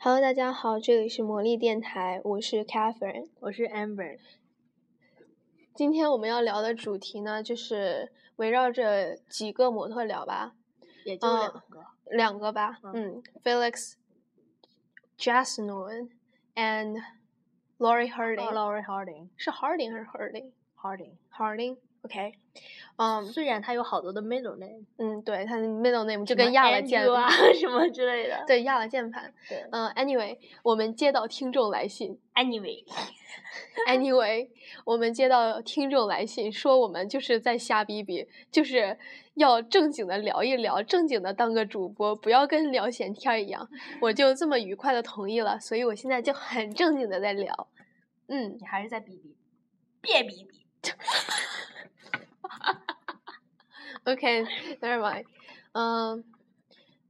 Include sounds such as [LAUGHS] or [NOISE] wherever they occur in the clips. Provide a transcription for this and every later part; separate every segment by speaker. Speaker 1: Hello，大家好，这里是魔力电台，我是 Catherine。
Speaker 2: 我是 Amber，
Speaker 1: 今天我们要聊的主题呢，就是围绕着几个模特聊吧，
Speaker 2: 也就
Speaker 1: 嗯
Speaker 2: 两个。
Speaker 1: 两个吧，嗯
Speaker 2: 嗯
Speaker 1: ，Felix Jasnoin and Lori Harding，、
Speaker 2: Laurie Harding，Harding，、
Speaker 1: 是 Harding 还是 Harding？Harding，OK，、OK 嗯
Speaker 2: 虽然他有好多的 middle name，
Speaker 1: 嗯，对，他的 middle name 就
Speaker 2: 什么
Speaker 1: 跟压了键 [LAUGHS]
Speaker 2: Andrew 啊 [LAUGHS] 什么之类的。
Speaker 1: 对，压了键盘。
Speaker 2: 对
Speaker 1: 嗯、a n y w a y 我们接到听众来信
Speaker 2: ，Anyway，
Speaker 1: ，Anyway，我们接到听众来信说我们就是在瞎逼逼，就是要正经的聊一聊，正经的当个主播，不要跟聊闲天儿一样。我就这么愉快的同意了，所以我现在就很正经的在聊。嗯，
Speaker 2: 你还是在比比，别比比。
Speaker 1: OK，never、mind。嗯，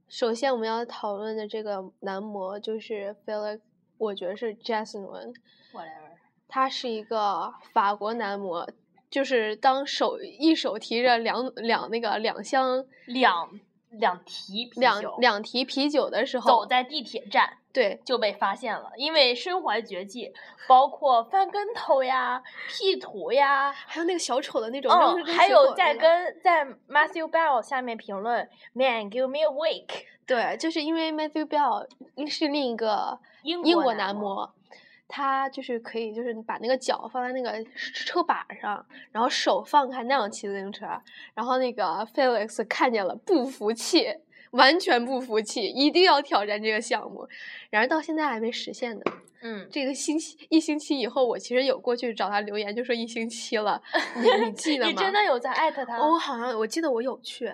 Speaker 1: 首先我们要讨论的这个男模就是 Felix，我觉得是 Jasmine。
Speaker 2: Whatever，
Speaker 1: 他是一个法国男模，就是当手一手提着两两那个两箱
Speaker 2: 两两提啤
Speaker 1: 两
Speaker 2: 酒，
Speaker 1: 两提啤酒的时候，
Speaker 2: 走在地铁站
Speaker 1: 对
Speaker 2: 就被发现了，因为身怀绝技，包括翻跟头呀、P 图呀，
Speaker 1: 还有那个小丑的那种，扔
Speaker 2: 嗯，
Speaker 1: 扔
Speaker 2: 还
Speaker 1: 水
Speaker 2: 有
Speaker 1: 果那
Speaker 2: 在
Speaker 1: 个
Speaker 2: 跟在 Matthew Bell 下面评论，Man give me a week，
Speaker 1: 对，就是因为 Matthew Bell 是另一个
Speaker 2: 英
Speaker 1: 英
Speaker 2: 国
Speaker 1: 国
Speaker 2: 男
Speaker 1: 男
Speaker 2: 模
Speaker 1: 模。他就是可以，就是把那个脚放在那个车把上，然后手放开那样骑自行车。然后那个 Felix 看见了，不服气，完全不服气，一定要挑战这个项目。然而到现在还没实现呢。
Speaker 2: 嗯，
Speaker 1: 这个星期一星期以后，我其实有过去找他留言，就说一星期了，你你记得吗？
Speaker 2: [LAUGHS] 你真的有在艾特他？
Speaker 1: 哦，我好像我记得我有去，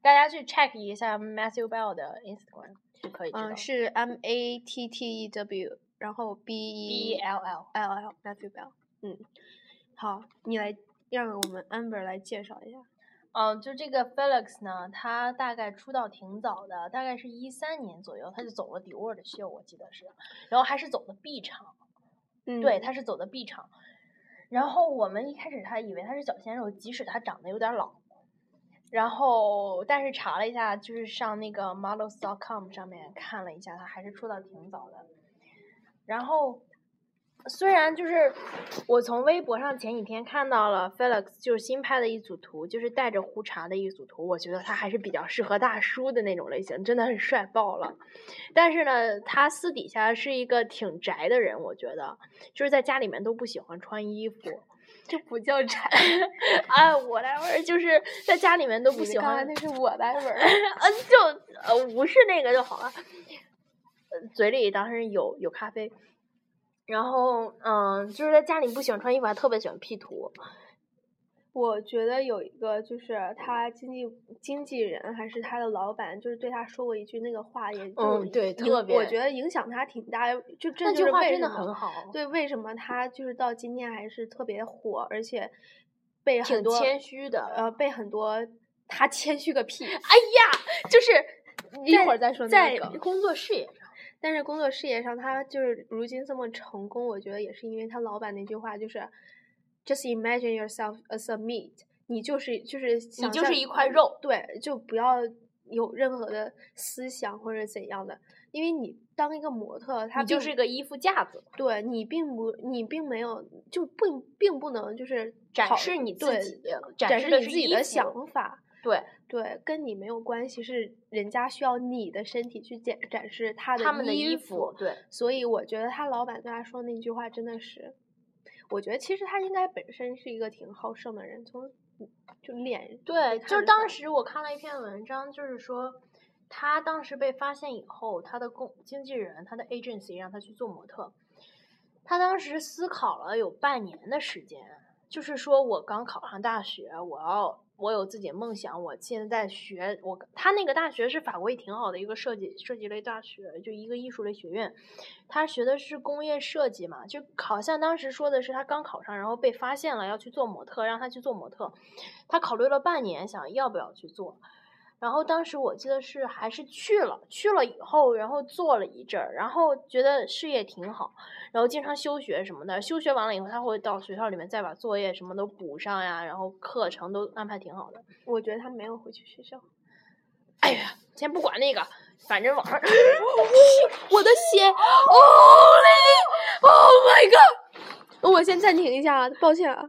Speaker 2: 大家去 check 一下 Matthew Bell 的 Instagram 就可以知道。
Speaker 1: 嗯，是 M A T T E W，然后 B
Speaker 2: B
Speaker 1: E
Speaker 2: L L。
Speaker 1: L L Matthew Bell，嗯，好，你来让我们 Amber 来介绍一下，
Speaker 2: 嗯，就这个 Felix 呢，他大概出道挺早的，大概是一三年左右，他就走了迪沃的秀，我记得是，然后还是走的 B 场，
Speaker 1: 嗯，
Speaker 2: 对，他是走的 B 场。然后我们一开始他以为他是小鲜肉，即使他长得有点老，然后但是查了一下，就是上那个 models.com 上面看了一下，他还是出道挺早的。然后虽然就是我从微博上前几天看到了 Felix 就是新拍的一组图，就是带着胡茬的一组图，我觉得他还是比较适合大叔的那种类型，真的是帅爆了。但是呢，他私底下是一个挺宅的人，我觉得就是在家里面都不喜欢穿衣服。
Speaker 1: 这不叫
Speaker 2: [LAUGHS]
Speaker 1: 宅，
Speaker 2: 啊，我来味儿就是在家里面都不
Speaker 1: 你
Speaker 2: 喜
Speaker 1: 刚才
Speaker 2: 欢
Speaker 1: 那是我的 [LAUGHS] Amber，
Speaker 2: 啊，就呃无视那个就好了。呃嘴里当时有有咖啡，然后嗯，就是在家里不喜欢穿衣服，还特别喜欢 P 图。
Speaker 1: 我觉得有一个就是他经纪经纪人还是他的老板，就是对他说过一句那个话，也就
Speaker 2: 嗯对
Speaker 1: 影
Speaker 2: 特别
Speaker 1: 我觉得影响他挺大。就这
Speaker 2: 那
Speaker 1: 就
Speaker 2: 句
Speaker 1: 是
Speaker 2: 话
Speaker 1: 为
Speaker 2: 真的
Speaker 1: 什
Speaker 2: 很
Speaker 1: 么
Speaker 2: 好，
Speaker 1: 对，为什么他就是到今天还是特别火，而且被很
Speaker 2: 挺
Speaker 1: 多
Speaker 2: 谦虚的。
Speaker 1: 呃被很多他谦虚个屁，
Speaker 2: 哎呀，就是
Speaker 1: 一
Speaker 2: 在
Speaker 1: 会儿再说那
Speaker 2: 在
Speaker 1: 个。
Speaker 2: 工作室也是
Speaker 1: 但是工作事业上，他就是如今这么成功，我觉得也是因为他老板那句话，就是 “just imagine yourself as a meat”，你就是就是
Speaker 2: 你
Speaker 1: 想
Speaker 2: 就是
Speaker 1: 象
Speaker 2: 一块肉，
Speaker 1: 对，就不要有任何的思想或者怎样的，因为你当一个模特，他
Speaker 2: 你就是个衣服架子，
Speaker 1: 对你并不，你并没有就并并不能就是
Speaker 2: 展
Speaker 1: 讨
Speaker 2: 示你自
Speaker 1: 对
Speaker 2: 己，
Speaker 1: 展
Speaker 2: 示
Speaker 1: 示
Speaker 2: 的
Speaker 1: 你
Speaker 2: 是
Speaker 1: 自己
Speaker 2: 衣
Speaker 1: 的
Speaker 2: 服
Speaker 1: 想法，
Speaker 2: 对
Speaker 1: 对，跟你没有关系，是人家需要你的身体去展展示他的
Speaker 2: 他们的
Speaker 1: 衣
Speaker 2: 衣服，对。
Speaker 1: 所以我觉得他老板对他说那句话真的是，我觉得其实他应该本身是一个挺好胜的人，从就脸
Speaker 2: 对，
Speaker 1: 看
Speaker 2: 就
Speaker 1: 得
Speaker 2: 是当
Speaker 1: 到
Speaker 2: 时我看了一篇文章，就是说他当时被发现以后，他的公经纪人、他的 agency 让他去做模特，他当时思考了有半年的时间，就是说我刚考上大学，我要我有自己的梦想，我现在学我他那个大学是法国也挺好的一个设计设计类大学，就一个艺术类学院，他学的是工业设计嘛，就好像当时说的是他刚考上，然后被发现了要去做模特，让他去做模特，他考虑了半年，想要不要去做。然后当时我记得是还是去了，去了以后，然后做了一阵儿，然后觉得事业挺好，然后经常休学什么的。休学完了以后，他会到学校里面再把作业什么都补上呀，然后课程都安排挺好的。
Speaker 1: 我觉得他没有回去学校，
Speaker 2: 哎呀，先不管那个，反正网 [LAUGHS] 上
Speaker 1: 我的血，Holy，Oh my god！我先暂停一下，啊，抱歉啊。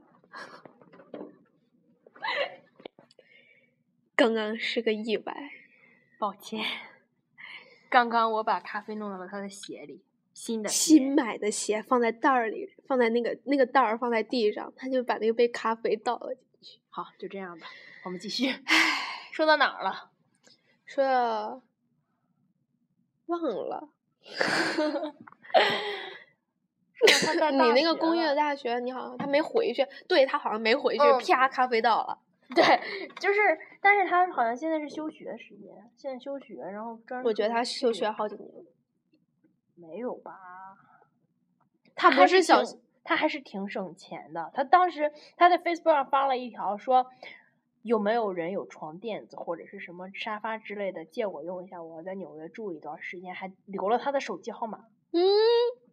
Speaker 1: [LAUGHS] 刚刚是个意外，
Speaker 2: 抱歉，刚刚我把咖啡弄到了他的鞋里，新的鞋
Speaker 1: 新买的鞋放在袋儿里，放在那个那个袋儿放在地上，他就把那个杯咖啡倒了进去。
Speaker 2: 好，就这样吧，我们继续。说到哪儿了？
Speaker 1: 说到忘了，
Speaker 2: 说到 [LAUGHS] 他在
Speaker 1: 你
Speaker 2: 大
Speaker 1: 那个
Speaker 2: 学
Speaker 1: 公
Speaker 2: 了
Speaker 1: 寓的大学，你好像他没回去，对他好像没回去，
Speaker 2: 嗯
Speaker 1: 啪，咖啡倒了。
Speaker 2: 对， [LAUGHS] 就是，但是他好像现在是休学时间，现在休学，然后专
Speaker 1: 我觉得
Speaker 2: 注
Speaker 1: 他
Speaker 2: 于
Speaker 1: 休
Speaker 2: 这
Speaker 1: 学
Speaker 2: 个
Speaker 1: 好几年了，
Speaker 2: 没有吧？他
Speaker 1: 他
Speaker 2: 还
Speaker 1: 是小
Speaker 2: 挺他还是挺省钱的。他当时他在 Facebook 上发了一条说，有没有人有床垫子或者是什么沙发之类的借我用一下？我要在纽约住一段时间，还留了他的手机号码，
Speaker 1: 嗯，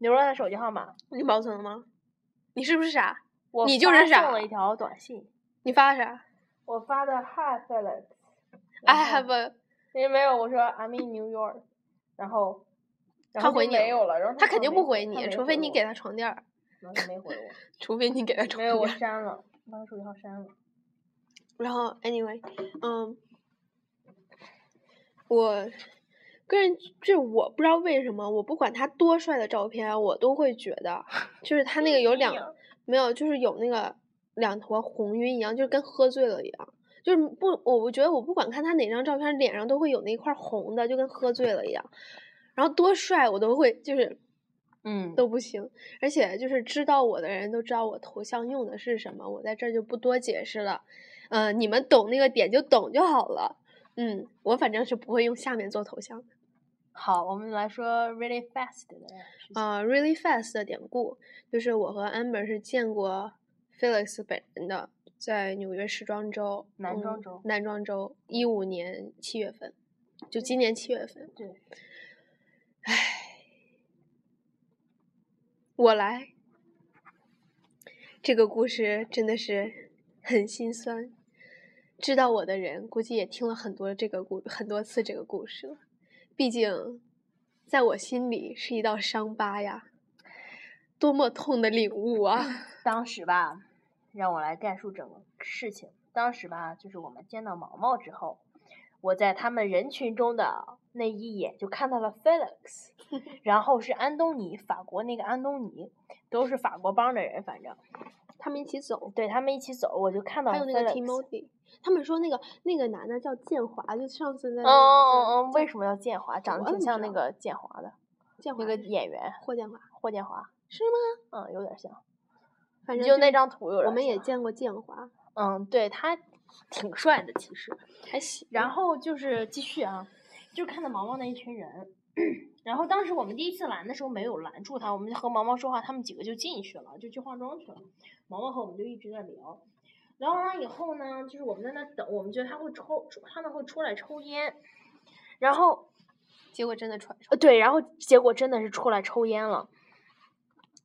Speaker 2: 留了他的手机号码。
Speaker 1: 你保存了吗？你是不是傻？
Speaker 2: 我
Speaker 1: 你就是
Speaker 2: 发
Speaker 1: 傻
Speaker 2: 送了一条短信，
Speaker 1: 你发的啥哎
Speaker 2: 我发的 Hi
Speaker 1: [LAUGHS]
Speaker 2: Felix，
Speaker 1: ？I have a
Speaker 2: 因为没有，我说 I'm in New York，然后，然
Speaker 1: 他
Speaker 2: 后就
Speaker 1: 回你
Speaker 2: 没
Speaker 1: 了
Speaker 2: 有了，然后
Speaker 1: 他
Speaker 2: 说
Speaker 1: 肯定
Speaker 2: 没
Speaker 1: 不回
Speaker 2: 他
Speaker 1: 你，
Speaker 2: 没
Speaker 1: 除非
Speaker 2: 回
Speaker 1: 你
Speaker 2: 我
Speaker 1: 给，他床垫儿，
Speaker 2: 然后他没回我，
Speaker 1: 除非你给他床
Speaker 2: 没
Speaker 1: 垫
Speaker 2: 有，我
Speaker 1: 儿。
Speaker 2: 删了，我把手机号删了。
Speaker 1: 然
Speaker 2: [LAUGHS]
Speaker 1: 后，anyway，嗯，我个人就是我不知道为什么，我不管他多帅的照片，啊我都会觉得，就是他 [LAUGHS] 那个有
Speaker 2: [LAUGHS]
Speaker 1: 两没有，就是有那个两坨红晕一样，就是跟喝醉了一样，就是不，我我觉得我不管看他哪张照片，脸上都会有那块红的，就跟喝醉了一样。然后多帅我都会就是
Speaker 2: 嗯，
Speaker 1: 都不行，而且就是知道我的人都知道我头像用的是什么，我在这儿就不多解释了。呃，你们懂那个点就懂就好了。嗯，我反正是不会用下面做头像的。
Speaker 2: 好，我们来说 really fast 的事情。
Speaker 1: 啊、r e a l l y fast 的典故就是我和 Amber 是见过 Felix 本人的，在纽约时装周，
Speaker 2: 男装
Speaker 1: 嗯
Speaker 2: 周
Speaker 1: 男装周，一五年七月份，就今年七月份。
Speaker 2: 对，
Speaker 1: 我来。这个故事真的是很心酸，知道我的人估计也听了很多这个故很多次这个故事了，毕竟在我心里是一道伤疤呀，多么痛的领悟啊！
Speaker 2: 当时吧，让我来概述整个事情。当时吧，就是我们见到毛毛之后，我在他们人群中的那一眼就看到了
Speaker 1: [LAUGHS]
Speaker 2: Felix，然后是安东尼，法国那个安东尼，都是法国帮的人，反正
Speaker 1: [LAUGHS] 他们一起走，
Speaker 2: 对他们一起走，我就看到
Speaker 1: 还
Speaker 2: 了
Speaker 1: 有那个
Speaker 2: Felix
Speaker 1: Timothy，他们说那个那个男的叫建华，就上次在
Speaker 2: 嗯
Speaker 1: 那个
Speaker 2: 嗯
Speaker 1: 在
Speaker 2: 嗯，为什么要建华？长
Speaker 1: 我
Speaker 2: 得
Speaker 1: 怎么
Speaker 2: 挺像
Speaker 1: 知
Speaker 2: 那
Speaker 1: 道
Speaker 2: 个建华的
Speaker 1: 建华
Speaker 2: 那个演员
Speaker 1: 霍建华
Speaker 2: 霍建华，
Speaker 1: 是吗？
Speaker 2: 嗯，有点像，
Speaker 1: 反正
Speaker 2: 就那
Speaker 1: 是
Speaker 2: 张图有点
Speaker 1: 我们也
Speaker 2: 像
Speaker 1: 见过建华，
Speaker 2: 嗯，对他挺帅的，其实。
Speaker 1: 还行。
Speaker 2: 然后就是继续啊，就看到毛毛那一群人， [CLEARS THROAT] 然后当时我们第一次拦的时候没有拦住他，我们和毛毛说话，他们几个就进去了，就去化妆去了。毛毛和我们就一直在聊，聊完了以后呢，就是我们在那等，我们觉得他会抽，他们会出来抽烟，然后
Speaker 1: 结果真的传
Speaker 2: 呃，对，然后结果真的是出来抽烟了。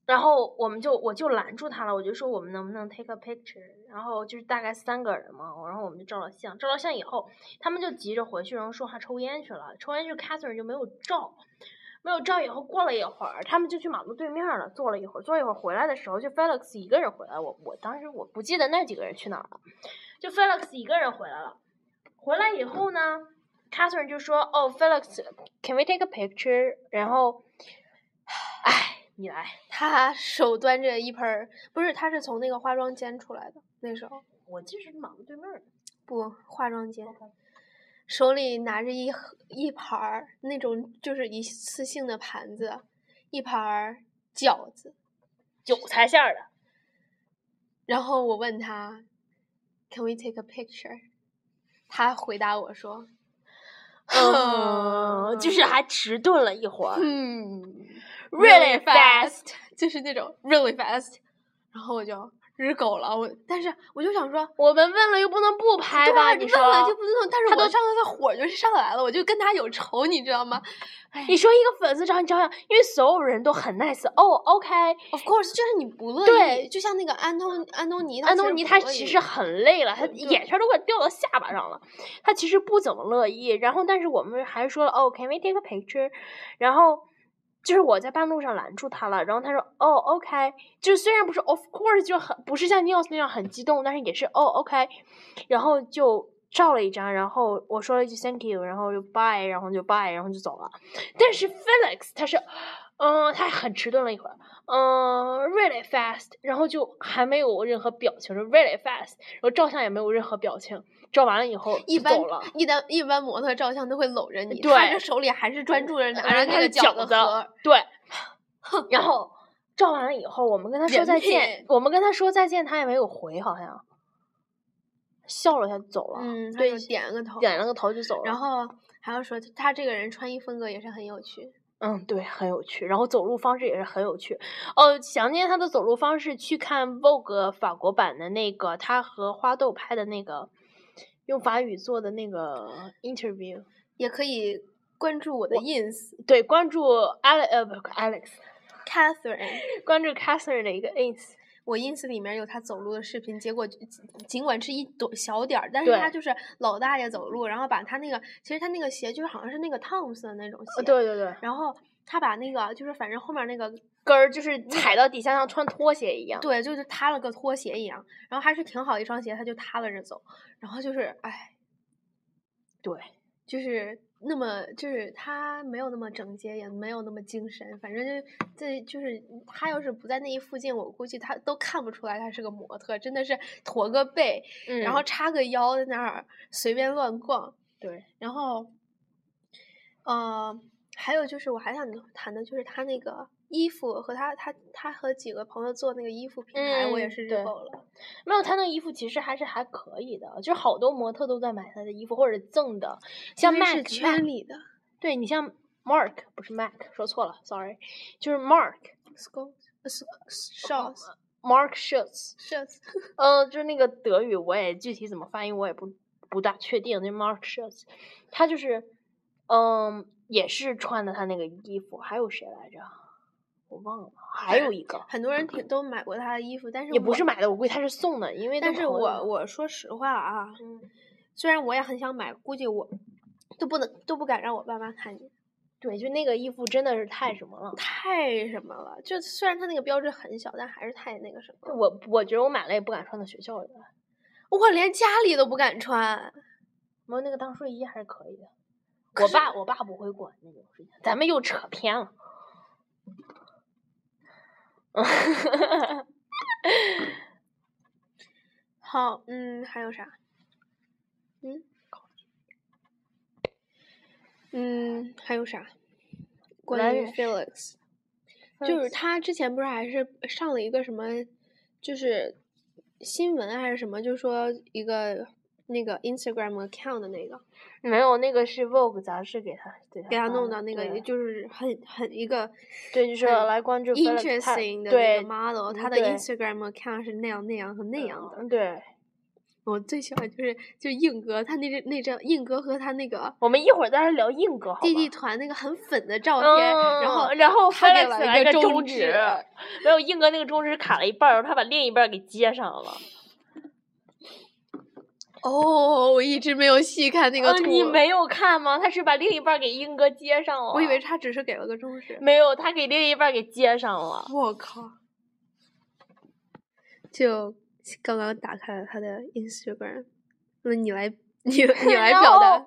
Speaker 2: 然后我们就我就拦住他了，我就说我们能不能 take a picture？然后就是大概三个人嘛，然后我们就照了相。照了相以后，他们就急着回去，然后说话抽烟去了。抽烟去，Catherine 就没有照，没有照以后，过了一会儿，他们就去马路对面了，坐了一会儿。坐了一会儿回来的时候，就 Felix 一个人回来。我我当时我不记得那几个人去哪儿了，就 Felix 一个人回来了。回来以后呢，Catherine 就说：“哦，Felix，can we take a picture？” 然后，唉，你来，
Speaker 1: 他手端着一盆儿，不是，他是从那个化妆间出来的。那时候
Speaker 2: 我记是马路对面儿的。
Speaker 1: 不化妆间，手里拿着一盒一盘儿那种就是一次性的盘子，一盘儿饺子。
Speaker 2: 韭菜馅儿的，
Speaker 1: 然后我问他，Can we take a picture？他回答我说，
Speaker 2: 嗯， [LAUGHS] 就是还迟钝了一 [LAUGHS] 会儿
Speaker 1: 嗯
Speaker 2: ，really fast，
Speaker 1: 就是那种 really fast。然后我就日狗了。我但是我就想说，
Speaker 2: 我们问了又不能不拍
Speaker 1: 对啊
Speaker 2: 吧？
Speaker 1: 你
Speaker 2: 哎你
Speaker 1: 问了
Speaker 2: 说
Speaker 1: 就不能，但是
Speaker 2: 他
Speaker 1: 我
Speaker 2: 都
Speaker 1: 上次他火就上来了，我就跟他有仇，你知道
Speaker 2: [LAUGHS]
Speaker 1: 吗
Speaker 2: 你说一个粉丝找你照相，因为所有人都很 nice 哦，OK。
Speaker 1: ？Of course，就是你不乐意。
Speaker 2: 对
Speaker 1: 就像那个安东安东尼，
Speaker 2: 安东尼他
Speaker 1: 不乐
Speaker 2: 其
Speaker 1: 意
Speaker 2: 实很累了，他
Speaker 1: 对
Speaker 2: 眼圈都快掉到下巴上了。他其实不怎么乐意，然后但是我们还说了哦，Can we take a picture？然后就是我在半路上拦住他了，然后他说哦，OK，就是虽然不是 of course，就很不是像 News 那样很激动，但是也是哦，OK，然后就照了一张，然后我说了一句 Thank you，然后就 bye，然后就 bye，然后就走了。但是 Felix 他是，嗯、他很迟钝了一会儿，嗯、r e a l l y fast，然后就还没有任何表情，就 really fast，然后照相也没有任何表情，照完了以后
Speaker 1: 一
Speaker 2: 就
Speaker 1: 般
Speaker 2: 走了。
Speaker 1: 一般一般模特照相都会搂着你，
Speaker 2: 对
Speaker 1: 他这手里还是专注着拿着
Speaker 2: 然后
Speaker 1: 那
Speaker 2: 他
Speaker 1: 个
Speaker 2: 的
Speaker 1: 饺
Speaker 2: 子
Speaker 1: 盒儿。，
Speaker 2: 对，然后照完了以后，我们跟他说
Speaker 1: 人
Speaker 2: 再
Speaker 1: 品
Speaker 2: 见，我们跟他说再见，他也没有回，好像笑了一下就走了，
Speaker 1: 嗯，他
Speaker 2: 对
Speaker 1: 就点了个头，
Speaker 2: 点了个头就走了。
Speaker 1: 然后还要说他这个人穿衣风格也是很有趣。
Speaker 2: 嗯，对，很有趣。然后走路方式也是很有趣。哦，想念他的走路方式，去看 Vogue 法国版的那个他和花豆拍的那个，用法语做的那个 interview。
Speaker 1: 也可以关注我的 ins
Speaker 2: 对，关注 Alex 呃不 Alex，
Speaker 1: Catherine，
Speaker 2: 关注 Catherine 的一个 ins。
Speaker 1: 我 ins 里面有她走路的视频，结果就尽尽管是一朵小点儿，但是
Speaker 2: 对
Speaker 1: 她就是老大爷走路，然后把她那个其实她那个鞋就是好像是那个 Toms 的那种鞋，
Speaker 2: 呃，对对对，
Speaker 1: 然后她把那个就是反正后面那个
Speaker 2: 跟儿就是踩到底下像穿拖鞋一样。
Speaker 1: 对就是塌了个拖鞋一样，然后还是挺好一双鞋，她就塌了着走，然后就是哎，
Speaker 2: 对，
Speaker 1: 就是。那么就是她没有那么整洁，也没有那么精神，反正就这就是她要是不在那一附近，我估计她都看不出来她是个模特，真的是驼个背，
Speaker 2: 嗯
Speaker 1: 然后叉个腰在那儿随便乱逛，
Speaker 2: 对，
Speaker 1: 然后，呃，还有就是我还想谈的就是他那个衣服和他他他和几个朋友做那个衣服品牌，我也
Speaker 2: 嗯
Speaker 1: 是日
Speaker 2: 对
Speaker 1: 购了。
Speaker 2: 没有他那衣服其实还是还可以的，就是好多模特都在买他的衣服或者赠的，像
Speaker 1: 因为是
Speaker 2: Mac
Speaker 1: 圈里的
Speaker 2: 对你像 Mark 不是 Mac，说错了，sorry，就是 Mark
Speaker 1: Scott Shorts
Speaker 2: Mark Schutz，
Speaker 1: Shorts，
Speaker 2: 呃，就是那个德语我也具体怎么发音我也不不大确定，那 Mark Schutz，他就是嗯也是穿的他那个衣服，还有谁来着？我忘了，还有一个
Speaker 1: 很多人挺都买过他的衣服，但是
Speaker 2: 也不
Speaker 1: 我
Speaker 2: 是，买的，我估计他是送的，因为
Speaker 1: 但
Speaker 2: 都
Speaker 1: 是
Speaker 2: 朋友
Speaker 1: 我我说实话啊，
Speaker 2: 嗯
Speaker 1: 虽然我也很想买，估计我都不能都不敢让我爸妈看见。
Speaker 2: 对，就那个衣服真的是太什么了。
Speaker 1: 太什么了，就虽然它那个标志很小，但还是太那个什么了。
Speaker 2: 我我觉得我买了也不敢穿到学校里来，
Speaker 1: 我连家里都不敢穿。
Speaker 2: 没有那个当睡衣还是可以的。
Speaker 1: 可
Speaker 2: 我
Speaker 1: 是
Speaker 2: 爸我爸不会管那种事情，咱们又扯偏了。
Speaker 1: 好，嗯，还有啥？嗯，嗯，还有啥？关
Speaker 2: 来
Speaker 1: 于
Speaker 2: 认识
Speaker 1: Felix，就是他之前不是还是上了一个什么，就是新闻还是什么，就说一个那个 Instagram account 的那个，
Speaker 2: 没有那个是 Vogue 杂志给他给他
Speaker 1: 给他
Speaker 2: 发
Speaker 1: 弄
Speaker 2: 的
Speaker 1: 到那个，
Speaker 2: 啊对
Speaker 1: 就是很很一个
Speaker 2: 对，就是
Speaker 1: 很
Speaker 2: 来关注 Felix，他
Speaker 1: interesting 的那
Speaker 2: 对
Speaker 1: 个 model，他
Speaker 2: 嗯
Speaker 1: 的
Speaker 2: 对
Speaker 1: Instagram account 是那样那样和那样的。
Speaker 2: 嗯对，
Speaker 1: 我最喜欢就是就硬哥，他那阵那阵硬哥和他那个
Speaker 2: 我们一会儿在这聊硬哥，好
Speaker 1: 弟弟
Speaker 2: 吧
Speaker 1: 团那个很粉的照片，
Speaker 2: 嗯，
Speaker 1: 然后
Speaker 2: 然后
Speaker 1: 他给
Speaker 2: Felix
Speaker 1: 了
Speaker 2: 来
Speaker 1: 一个
Speaker 2: 中
Speaker 1: 指，
Speaker 2: 没有硬哥那个中指卡了一半儿，然后他把另一半儿给接上了。
Speaker 1: 哦，我一直没有细看 [LAUGHS] 那个
Speaker 2: 嗯
Speaker 1: 图，
Speaker 2: 你没有看吗？他是把另一半儿给硬哥接上了。
Speaker 1: 我以为他只是给了个中指，
Speaker 2: 没有，他给另一半儿给接上了。
Speaker 1: [LAUGHS] 我靠！就刚刚打开了他的 Instagram，那你来，你 [LAUGHS] 你来
Speaker 2: 然
Speaker 1: 表 [LAUGHS]
Speaker 2: 后
Speaker 1: 达，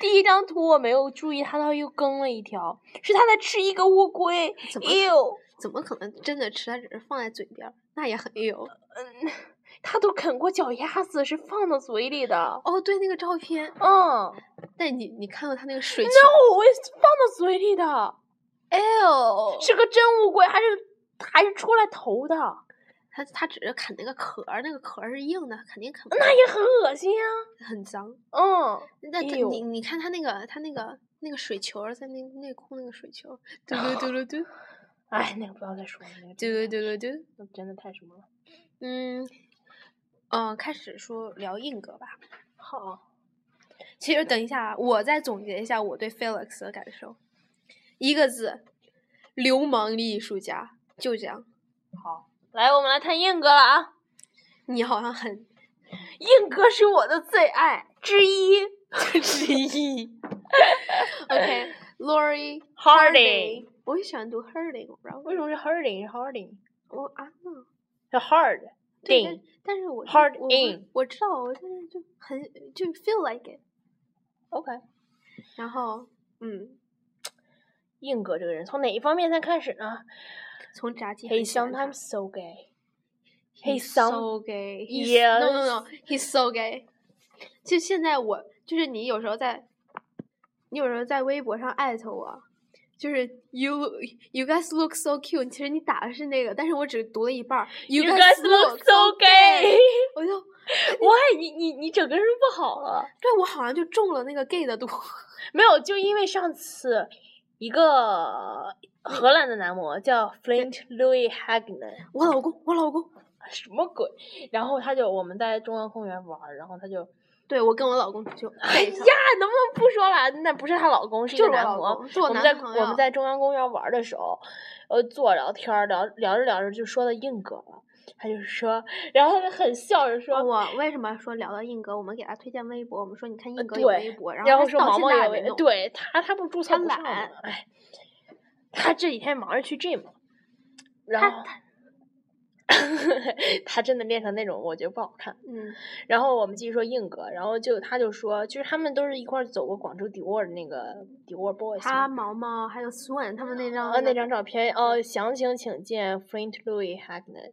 Speaker 2: 第一张图我没有注意，他倒又更了一条，是他在吃一个乌龟。
Speaker 1: 怎么
Speaker 2: 哎呦，
Speaker 1: 怎么可能真的吃？他只是放在嘴边儿，那也很有。
Speaker 2: 他都啃过脚丫子，是放到嘴里的。
Speaker 1: 哦，对，那个照片，
Speaker 2: 嗯
Speaker 1: 但你你看到他那个水球
Speaker 2: ，no，我也放到嘴里的，
Speaker 1: 哎呦，
Speaker 2: 是个真乌龟，还是还是出来头的，
Speaker 1: 他他只是啃那个壳儿，那个壳儿是硬的，肯定啃不
Speaker 2: 那也很恶心啊。
Speaker 1: 了很脏。
Speaker 2: 嗯，
Speaker 1: 那
Speaker 2: 哎
Speaker 1: 他
Speaker 2: 呦
Speaker 1: 你你看他那个他那个那个水球儿在那内裤那个水球儿，嘟噜嘟噜嘟，
Speaker 2: 哎，那个不要再说了，那个
Speaker 1: 嘟
Speaker 2: 真的
Speaker 1: 噜嘟噜嘟，
Speaker 2: 那真的太什么了。
Speaker 1: 嗯嗯，开始说聊硬格吧。
Speaker 2: 好，
Speaker 1: 其实等一下啊，我再总结一下我对 Felix 的感受，一个字，流氓艺术家，就这样。
Speaker 2: 好，
Speaker 3: 来，我们来看硬哥了啊！
Speaker 1: 你好像很
Speaker 3: 硬哥是我的最爱之一
Speaker 2: [LAUGHS]
Speaker 1: 之一。OK，Lori [LAUGHS]
Speaker 3: ，Hardy，
Speaker 1: 我很喜欢读 Harding，我不知道为
Speaker 2: 为什么是 hurting 是 hurting
Speaker 1: 我啊，嗯
Speaker 2: 是 hard
Speaker 1: 对
Speaker 3: Ding
Speaker 1: 但但是我
Speaker 2: Hard
Speaker 1: 我
Speaker 2: in
Speaker 1: 我知道，我但是就很就 feel like it，
Speaker 2: OK
Speaker 1: 然后嗯，
Speaker 2: 硬哥这个人从哪一方面才开始呢
Speaker 1: 从炸鸡很
Speaker 2: ？He
Speaker 1: 喜欢他
Speaker 2: sometimes so [LAUGHS] gay.
Speaker 1: He's
Speaker 2: He's some-
Speaker 1: so gay. He's,
Speaker 2: Yes.
Speaker 1: No, no, no. He's so gay. 就现在我就是你有时候在，你有时候在微博上艾特我，就是 you you guys look so cute。其实你打的是那个，但是我只读了一半儿。You
Speaker 3: You guys look so gay。
Speaker 1: [LAUGHS] 我就
Speaker 3: 喂，你你你整个人不好了。
Speaker 1: 对我好像就中了那个 gay 的毒。
Speaker 2: 没有，就因为上次一个荷兰的男模叫 Flint Louis Hagner，
Speaker 1: 我老公，我老公，
Speaker 2: 什么鬼？然后他就我们在中央公园玩儿，然后他就
Speaker 1: 对我跟我老公就
Speaker 2: [LAUGHS] 哎呀，啊能不能不说了？那不是她老公，是一
Speaker 1: 就
Speaker 2: 个
Speaker 1: 是我
Speaker 2: 男
Speaker 1: 老
Speaker 2: 模。
Speaker 1: 公，是我
Speaker 2: 们
Speaker 1: 男
Speaker 2: 在
Speaker 1: 朋
Speaker 2: 我
Speaker 1: 友
Speaker 2: 们在中央公园玩儿的时候，呃，坐聊天儿聊聊着聊着就说到硬哥了，他就说，然后他就很笑着说，
Speaker 1: 我为什么说聊到硬哥？我们给他推荐微博，我们说你看硬哥有
Speaker 2: 呃对
Speaker 1: 微博，
Speaker 2: 然
Speaker 1: 后
Speaker 2: 后
Speaker 1: 他
Speaker 2: 说
Speaker 1: 到
Speaker 2: 毛
Speaker 1: 现
Speaker 2: 毛
Speaker 1: 在还
Speaker 2: 也
Speaker 1: 没
Speaker 2: 没
Speaker 1: 弄
Speaker 2: 对他他不注册
Speaker 1: 他
Speaker 2: 不上嘛
Speaker 1: 懒，
Speaker 2: 哎，他这几天忙着去 gym，然
Speaker 1: 他 [LAUGHS]
Speaker 2: 后他真的练成那种我觉得不好看。
Speaker 1: 嗯
Speaker 2: 然后我们继续说硬哥，然后就他就说，就是他们都是一块儿走过广州迪沃的那个迪沃 boys，
Speaker 1: 他
Speaker 2: 嘛
Speaker 1: 毛毛还有 Swan 他们那张
Speaker 2: 呃那
Speaker 1: 个
Speaker 2: 张照片，呃，详情请见 Flint Louis Hagner。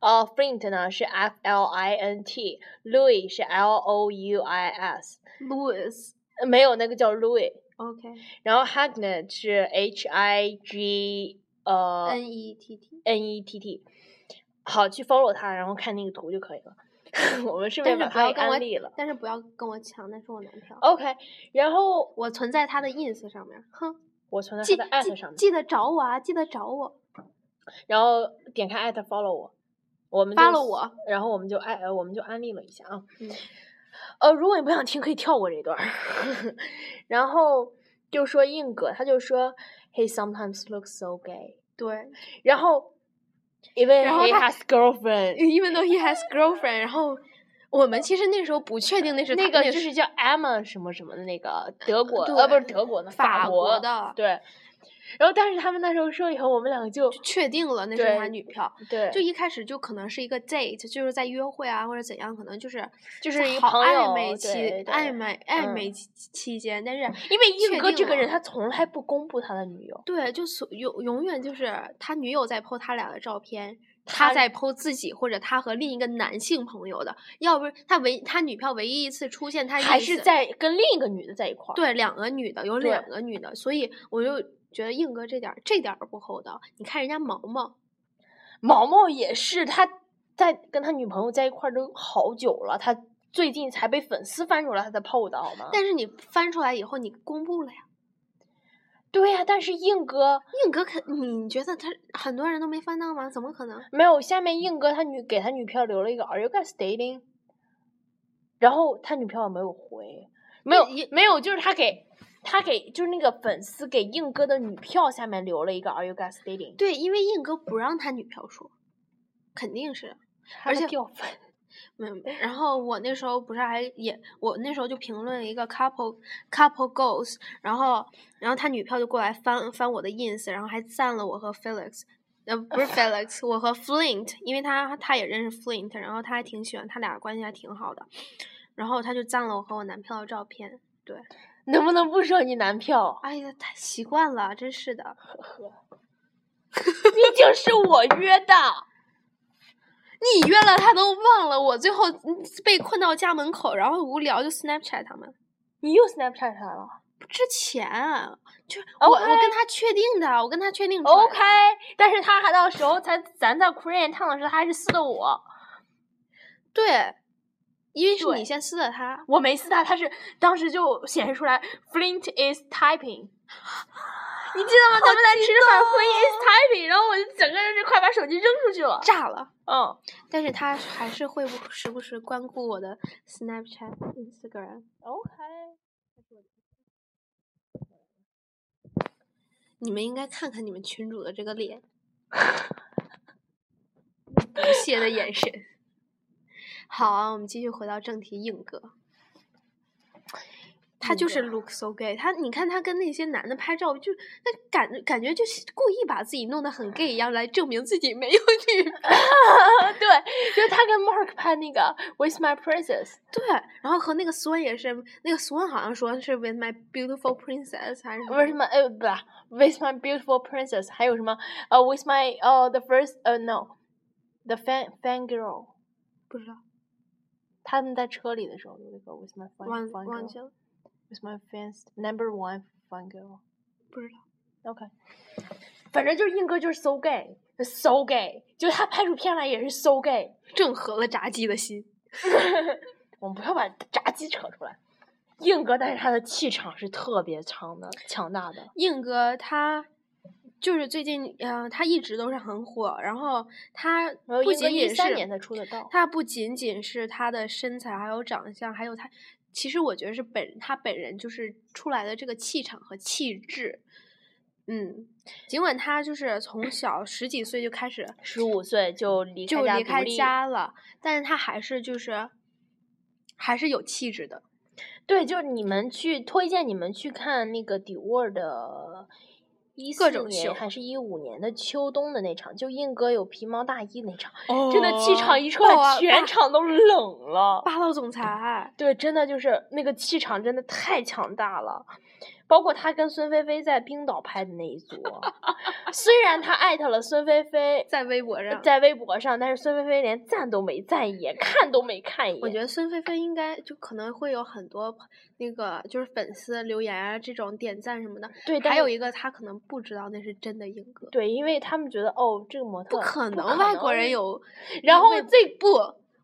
Speaker 2: 呃，Flint 呢是 F L I N T，Louis 是 L O U I S，
Speaker 1: Louis
Speaker 2: 呃没有那个叫 Louis。
Speaker 1: OK
Speaker 2: 然后 Hagnet 是 H I G 呃
Speaker 1: N E T T，
Speaker 2: N E T T。好，去 follow 他，然后看那个图就可以了。 [LAUGHS] 我们顺
Speaker 1: 但
Speaker 2: 便
Speaker 1: 是
Speaker 2: 把
Speaker 1: 不
Speaker 2: 他
Speaker 1: 要
Speaker 2: 给
Speaker 1: 跟我
Speaker 2: 安利了。
Speaker 1: 但是不要跟我抢，那是我男票。
Speaker 2: OK，然后
Speaker 1: 我存在他的 ins 上面，哼，
Speaker 2: 我存
Speaker 1: 记
Speaker 2: 在呃他的艾特
Speaker 1: 记
Speaker 2: 上面，
Speaker 1: 记得找我啊，记得找我
Speaker 2: 然后点开艾特 follow 我，我们就
Speaker 1: ，follow 我。
Speaker 2: 然后我们就安，呃，我们就安利了一下啊。
Speaker 1: 嗯
Speaker 2: 呃，如果你不想听，可以跳过这段儿。 [LAUGHS] 然后就说硬哥，他就说 he sometimes looks so gay， [LAUGHS]
Speaker 1: 对
Speaker 2: 然后因为
Speaker 1: 然后
Speaker 2: he
Speaker 1: 他
Speaker 2: has girlfriend，
Speaker 1: ，even though he has girlfriend，然后我们其实那时候不确定那是
Speaker 2: 那
Speaker 1: 他
Speaker 2: 个就是叫 Emma 什么什么的那个德国，
Speaker 1: 对
Speaker 2: 呃，不是德国的，
Speaker 1: 法
Speaker 2: 国
Speaker 1: 国的，
Speaker 2: 对。然后，但是他们那时候说以后，我们两个就
Speaker 1: 确定了那是
Speaker 2: 对
Speaker 1: 他女票。
Speaker 2: 对，
Speaker 1: 就一开始就可能是一个 date，就是在约会啊或者怎样，可能就是
Speaker 2: 就是一个
Speaker 1: 好
Speaker 2: 朋
Speaker 1: 暧
Speaker 2: 友
Speaker 1: 昧期
Speaker 2: 对对
Speaker 1: 暧昧暧
Speaker 2: 嗯
Speaker 1: 昧期期间，但是
Speaker 2: 因为
Speaker 1: 确
Speaker 2: 硬哥
Speaker 1: 定
Speaker 2: 这个人，
Speaker 1: 了
Speaker 2: 他从来不公布他的女友，
Speaker 1: 对，就所永永远就是他女友在 po 他俩的照片，他
Speaker 2: 他
Speaker 1: 在 po 自己或者他和另一个男性朋友的，要不是他唯他女票唯一一次出现他
Speaker 2: 还
Speaker 1: ins
Speaker 2: 是在跟另一个女的在一块儿。
Speaker 1: 对两个女的有
Speaker 2: 对
Speaker 1: 两个女的，所以我就觉得硬哥这点儿这点儿不厚道。你看人家毛毛，
Speaker 2: 毛毛也是，他在跟他女朋友在一块儿都好久了，他最近才被粉丝翻出来他的 PO 的好吗？
Speaker 1: 但是你翻出来以后你公布了呀。
Speaker 2: 对呀、但是硬哥
Speaker 1: 硬哥肯，你觉得他很多人都没翻到吗？怎么可能？
Speaker 2: 没有，下面硬哥他女给他女票留了一个 Are you guys dating？然后他女票没有回，没有
Speaker 1: 也
Speaker 2: 没有，就是他给他给就是那个粉丝给硬哥的女票下面留了一个 Are you guys dating？
Speaker 1: 对，因为硬哥不让他女票说，肯定是。而
Speaker 2: 他
Speaker 1: 且
Speaker 2: 掉粉， [LAUGHS]
Speaker 1: 嗯，然后我那时候不是还也，我那时候就评论了一个 couple couple goals，然后然后他女票就过来翻翻我的 ins，然后还赞了我和 Felix，呃不是 Felix，我和 Flint，因为他他也认识 Flint，然后他还挺喜欢，他俩关系还挺好的，然后他就赞了我和我男票的照片。
Speaker 2: 能不能不说你男 [LAUGHS] 票？
Speaker 1: 哎呀，太习惯了，真是的。
Speaker 2: 毕竟是我约的。
Speaker 1: 你约了他都忘了，我最后嗯被困到家门口，然后无聊就 Snapchat 他们。
Speaker 2: 你又 Snapchat 他了
Speaker 1: 之前啊就是我我跟他确定的，我跟他确定出来的
Speaker 2: ？OK，但 [LAUGHS] 是他还到时候才咱在 Korean Town 的时候，他还是撕的我，
Speaker 1: 对，因为是你
Speaker 2: 对
Speaker 1: 先撕的他，
Speaker 2: 我没撕他，他是当时就显示出来 Flint is typing， [LAUGHS] 你记得吗？咱们在吃着饭回 is typing，然后我就整个人就快把手机扔出去了。
Speaker 1: 炸了。
Speaker 2: 嗯，
Speaker 1: 但是他还是会不时不时光顾我的 Snapchat、Instagram。
Speaker 2: OK， [LAUGHS]
Speaker 1: 你们应该看看你们群主的这个脸，不屑的眼神。好啊，我们继续回到正题，硬哥。他
Speaker 4: 硬
Speaker 1: 就是
Speaker 4: 哥
Speaker 1: look so gay，他你看他跟那些男的拍照，就那感感觉就是故意把自己弄得很 gay 一样，来证明自己没有女朋友 [LAUGHS]
Speaker 2: 对，就是他跟 Mark 拍那个 With My Princess，
Speaker 1: 对，然后和那个孙也是，那个孙好像说是 with my beautiful princess 还是什
Speaker 2: 不是什
Speaker 1: 么？
Speaker 2: 么，呃，不，With My Beautiful Princess，还有什么，呃，With My，呃，The First，呃，No，The Fan Fan Girl，
Speaker 1: 不知道，
Speaker 2: 他们在车里的时候有一个 With My Fan
Speaker 1: 忘
Speaker 2: Fan
Speaker 1: 忘
Speaker 2: Girl。
Speaker 1: 记了，
Speaker 2: With my fans number one fan girl。
Speaker 1: 不知道。
Speaker 2: OK，反正就是硬哥就是 so gay，so gay，就是他拍出片来也是 so gay。
Speaker 1: 正合了炸鸡的心。
Speaker 2: 我们不要把炸鸡扯出来。硬哥，但是他的气场是特别强的，强大的。
Speaker 1: 硬哥他就是最近，呃，他一直都是很火，然后他
Speaker 2: 然后
Speaker 1: 不
Speaker 2: 硬哥
Speaker 1: 仅
Speaker 2: 一
Speaker 1: 仅
Speaker 2: 三年才
Speaker 1: 是
Speaker 2: 出的道，
Speaker 1: 他不仅仅是他的身材，还有长相，还有他，其实我觉得是本他本人就是出来的这个气场和气质。嗯，尽管他就是从小十几岁就开始
Speaker 2: 十五岁就离
Speaker 1: 就
Speaker 2: 开家
Speaker 1: 离开
Speaker 2: 独立
Speaker 1: 家了，但是他还是就是还是有气质的。
Speaker 2: 对，就是你们去推荐你们去看那个迪沃尔的一
Speaker 1: 各
Speaker 2: 四
Speaker 1: 种秀
Speaker 2: 年还是一五年的秋冬的那场，就硬哥有皮毛大衣那场，
Speaker 1: 哦
Speaker 2: 真的气场一出来，全场都冷了。
Speaker 1: 霸道总裁，
Speaker 2: 对，真的就是那个气场真的太强大了，包括他跟孙菲菲在冰岛拍的那一组， [LAUGHS] 虽然他艾特了孙菲菲
Speaker 1: 在微博上，
Speaker 2: 在微博上，但是孙菲菲连赞都没赞一眼，看都没看一眼。
Speaker 1: 我觉
Speaker 2: 得
Speaker 1: 得孙菲菲应该就可能会有很多朋那个就是粉丝留言啊这种点赞什么的。
Speaker 2: 对，但
Speaker 1: 还有
Speaker 2: 是
Speaker 1: 一个他可能不知道那是真的英哥，
Speaker 2: 对，因为他们觉得哦，这个模特
Speaker 1: 不可能外国人有。
Speaker 2: 然后
Speaker 1: 这不，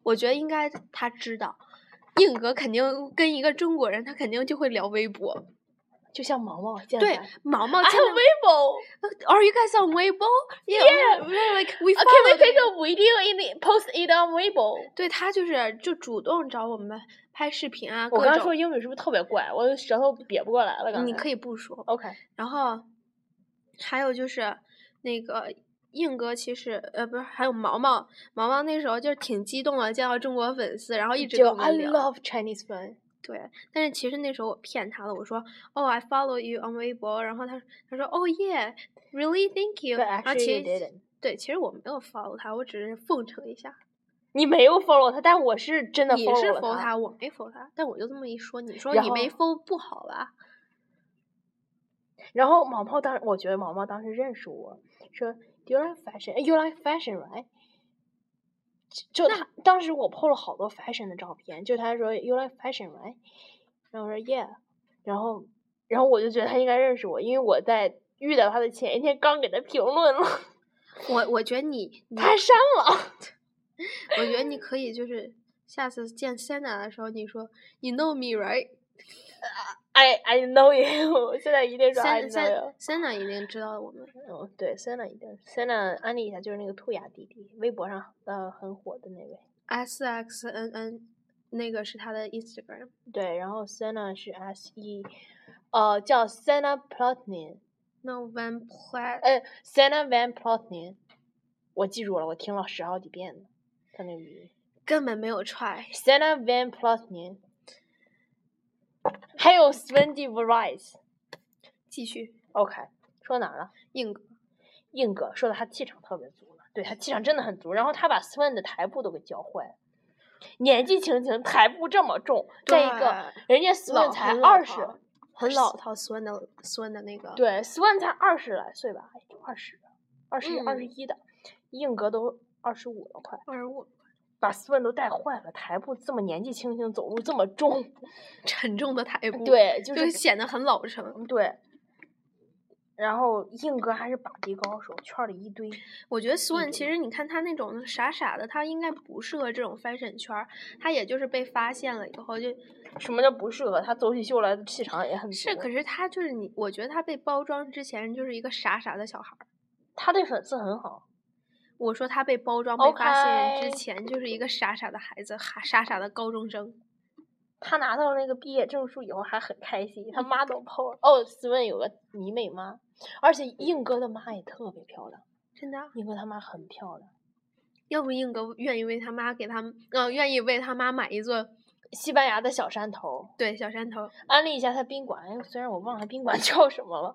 Speaker 1: 我觉得应该他知道。硬哥肯定跟一个中国人，他肯定就会聊微博。
Speaker 2: 就像毛毛现在
Speaker 1: 对，毛毛呃
Speaker 2: 啊
Speaker 1: 现在
Speaker 2: ，Weibo。
Speaker 1: Are you guys on Weibo? Yeah, yeah. like we
Speaker 2: Uh, Can we
Speaker 1: follow
Speaker 2: take a video in the, post it on Weibo？
Speaker 1: 对他就是就主动找我们拍视频啊，
Speaker 2: 我
Speaker 1: 各
Speaker 2: 刚刚说
Speaker 1: 种。
Speaker 2: 英语是不是特别怪？我舌头瘪不过来了。刚
Speaker 1: 你
Speaker 2: 才
Speaker 1: 可以不说。
Speaker 2: OK，
Speaker 1: 然后还有就是那个硬哥，其实呃不是，还有毛毛，毛毛那时候就是挺激动的，见到中国粉丝，然后一直
Speaker 2: 就
Speaker 1: 跟我
Speaker 2: I
Speaker 1: 们聊。
Speaker 2: love Chinese fan。
Speaker 1: 对，但是其实那时候我骗他了，我说哦、i follow you on 微博，然后他他说哦、yeah，really，thank you。
Speaker 2: But
Speaker 1: 然后
Speaker 2: actually
Speaker 1: 其
Speaker 2: you
Speaker 1: 实
Speaker 2: didn't.
Speaker 1: 对，其实我没有 follow 他，我只是奉承一下。
Speaker 2: 你没有 follow 他，但我是真的
Speaker 1: 你是
Speaker 2: follow 了
Speaker 1: follow。他，我没 follow 他，但我就这么一说，你说
Speaker 2: 然
Speaker 1: 你没
Speaker 2: 后
Speaker 1: follow 不好吧？
Speaker 2: 然后毛毛当时，我觉得毛毛当时认识我说，Do you like fashion? 哎 You like fashion, right? 就他当时我 PO 了好多 fashion 的照片，就他说 You like fashion, right? 然后我说 Yeah，然后然后我就觉得他应该认识我，因为我在遇到他的前一天刚给他评论了，
Speaker 1: 我我觉得你，你
Speaker 2: 他删了。
Speaker 1: 我觉得你可以就是下次见 Sena 的时候，你说 You know me right？
Speaker 2: I I know you，现在一定说 I
Speaker 1: Sena
Speaker 2: know you
Speaker 1: Sena。Sena 一定知道我们。
Speaker 2: 哦，对，Sena 一定，Sena 安利一下，就是那个兔雅弟弟，微博上呃很火的那位。
Speaker 1: S X N N 那个是他的 Instagram，
Speaker 2: 对，然后 Sena 是 S E，呃，叫 Sena Plotnin，
Speaker 1: 那 Van Pla
Speaker 2: 呃，Sena Van Plotnin，我记住了，我听了十好几遍呢，他那个语音
Speaker 1: 根本没有 try。
Speaker 2: Sena Van Plotnin，还有 Svendy Varice。
Speaker 1: 继续
Speaker 2: OK，说哪儿了？
Speaker 1: 硬哥，
Speaker 2: 硬哥说的他气场特别足了，对他气场真的很足。然后他把 Sven 的台步都给教坏了，年纪轻轻台步这么重，再一个人家 Sven
Speaker 1: 老
Speaker 2: 才
Speaker 1: 很老
Speaker 2: 二十，
Speaker 1: 套很老套酸的酸的那个。
Speaker 2: 对，Sven 才二十来岁吧，哎二十，二十一、二十
Speaker 1: 嗯
Speaker 2: 一的，硬哥都二十五了快，
Speaker 1: 25，而我
Speaker 2: 把 Sven 都带坏了，台步这么年纪轻轻走路这么重，
Speaker 1: 沉重的台步，，
Speaker 2: 对，就
Speaker 1: 就是显得很老成。
Speaker 2: 对。然后硬哥还是把敌高手，圈里一堆。
Speaker 1: 我觉
Speaker 2: 嗯
Speaker 1: 得索恩其实你看他那种傻傻的，他应该不适合这种 fashion 圈儿，他也就是被发现了以后就，
Speaker 2: 什么叫不适合？他走起秀来的气场也很足。
Speaker 1: 是，可是他就是你，我觉得他被包装之前就是一个傻傻的小孩儿。
Speaker 2: 他对粉丝很好。
Speaker 1: 我说他被包装被发现之
Speaker 2: OK
Speaker 1: 前就是一个傻傻的孩子，哈傻傻的高中生。
Speaker 2: 他拿到那个毕业证书以后还很开心，他
Speaker 1: [LAUGHS]
Speaker 2: 妈都泡了。哦，斯文有个迷妹妈，而且硬哥的妈也特别漂亮，
Speaker 1: 真的啊，
Speaker 2: 硬哥他妈很漂亮。
Speaker 1: 要不硬哥愿意为他妈给他，呃，愿意为他妈买一座
Speaker 2: 西班牙的小山头，
Speaker 1: 对小山头。
Speaker 2: 安利一下他宾馆，哎虽然我忘了宾馆 [LAUGHS] 叫什么了，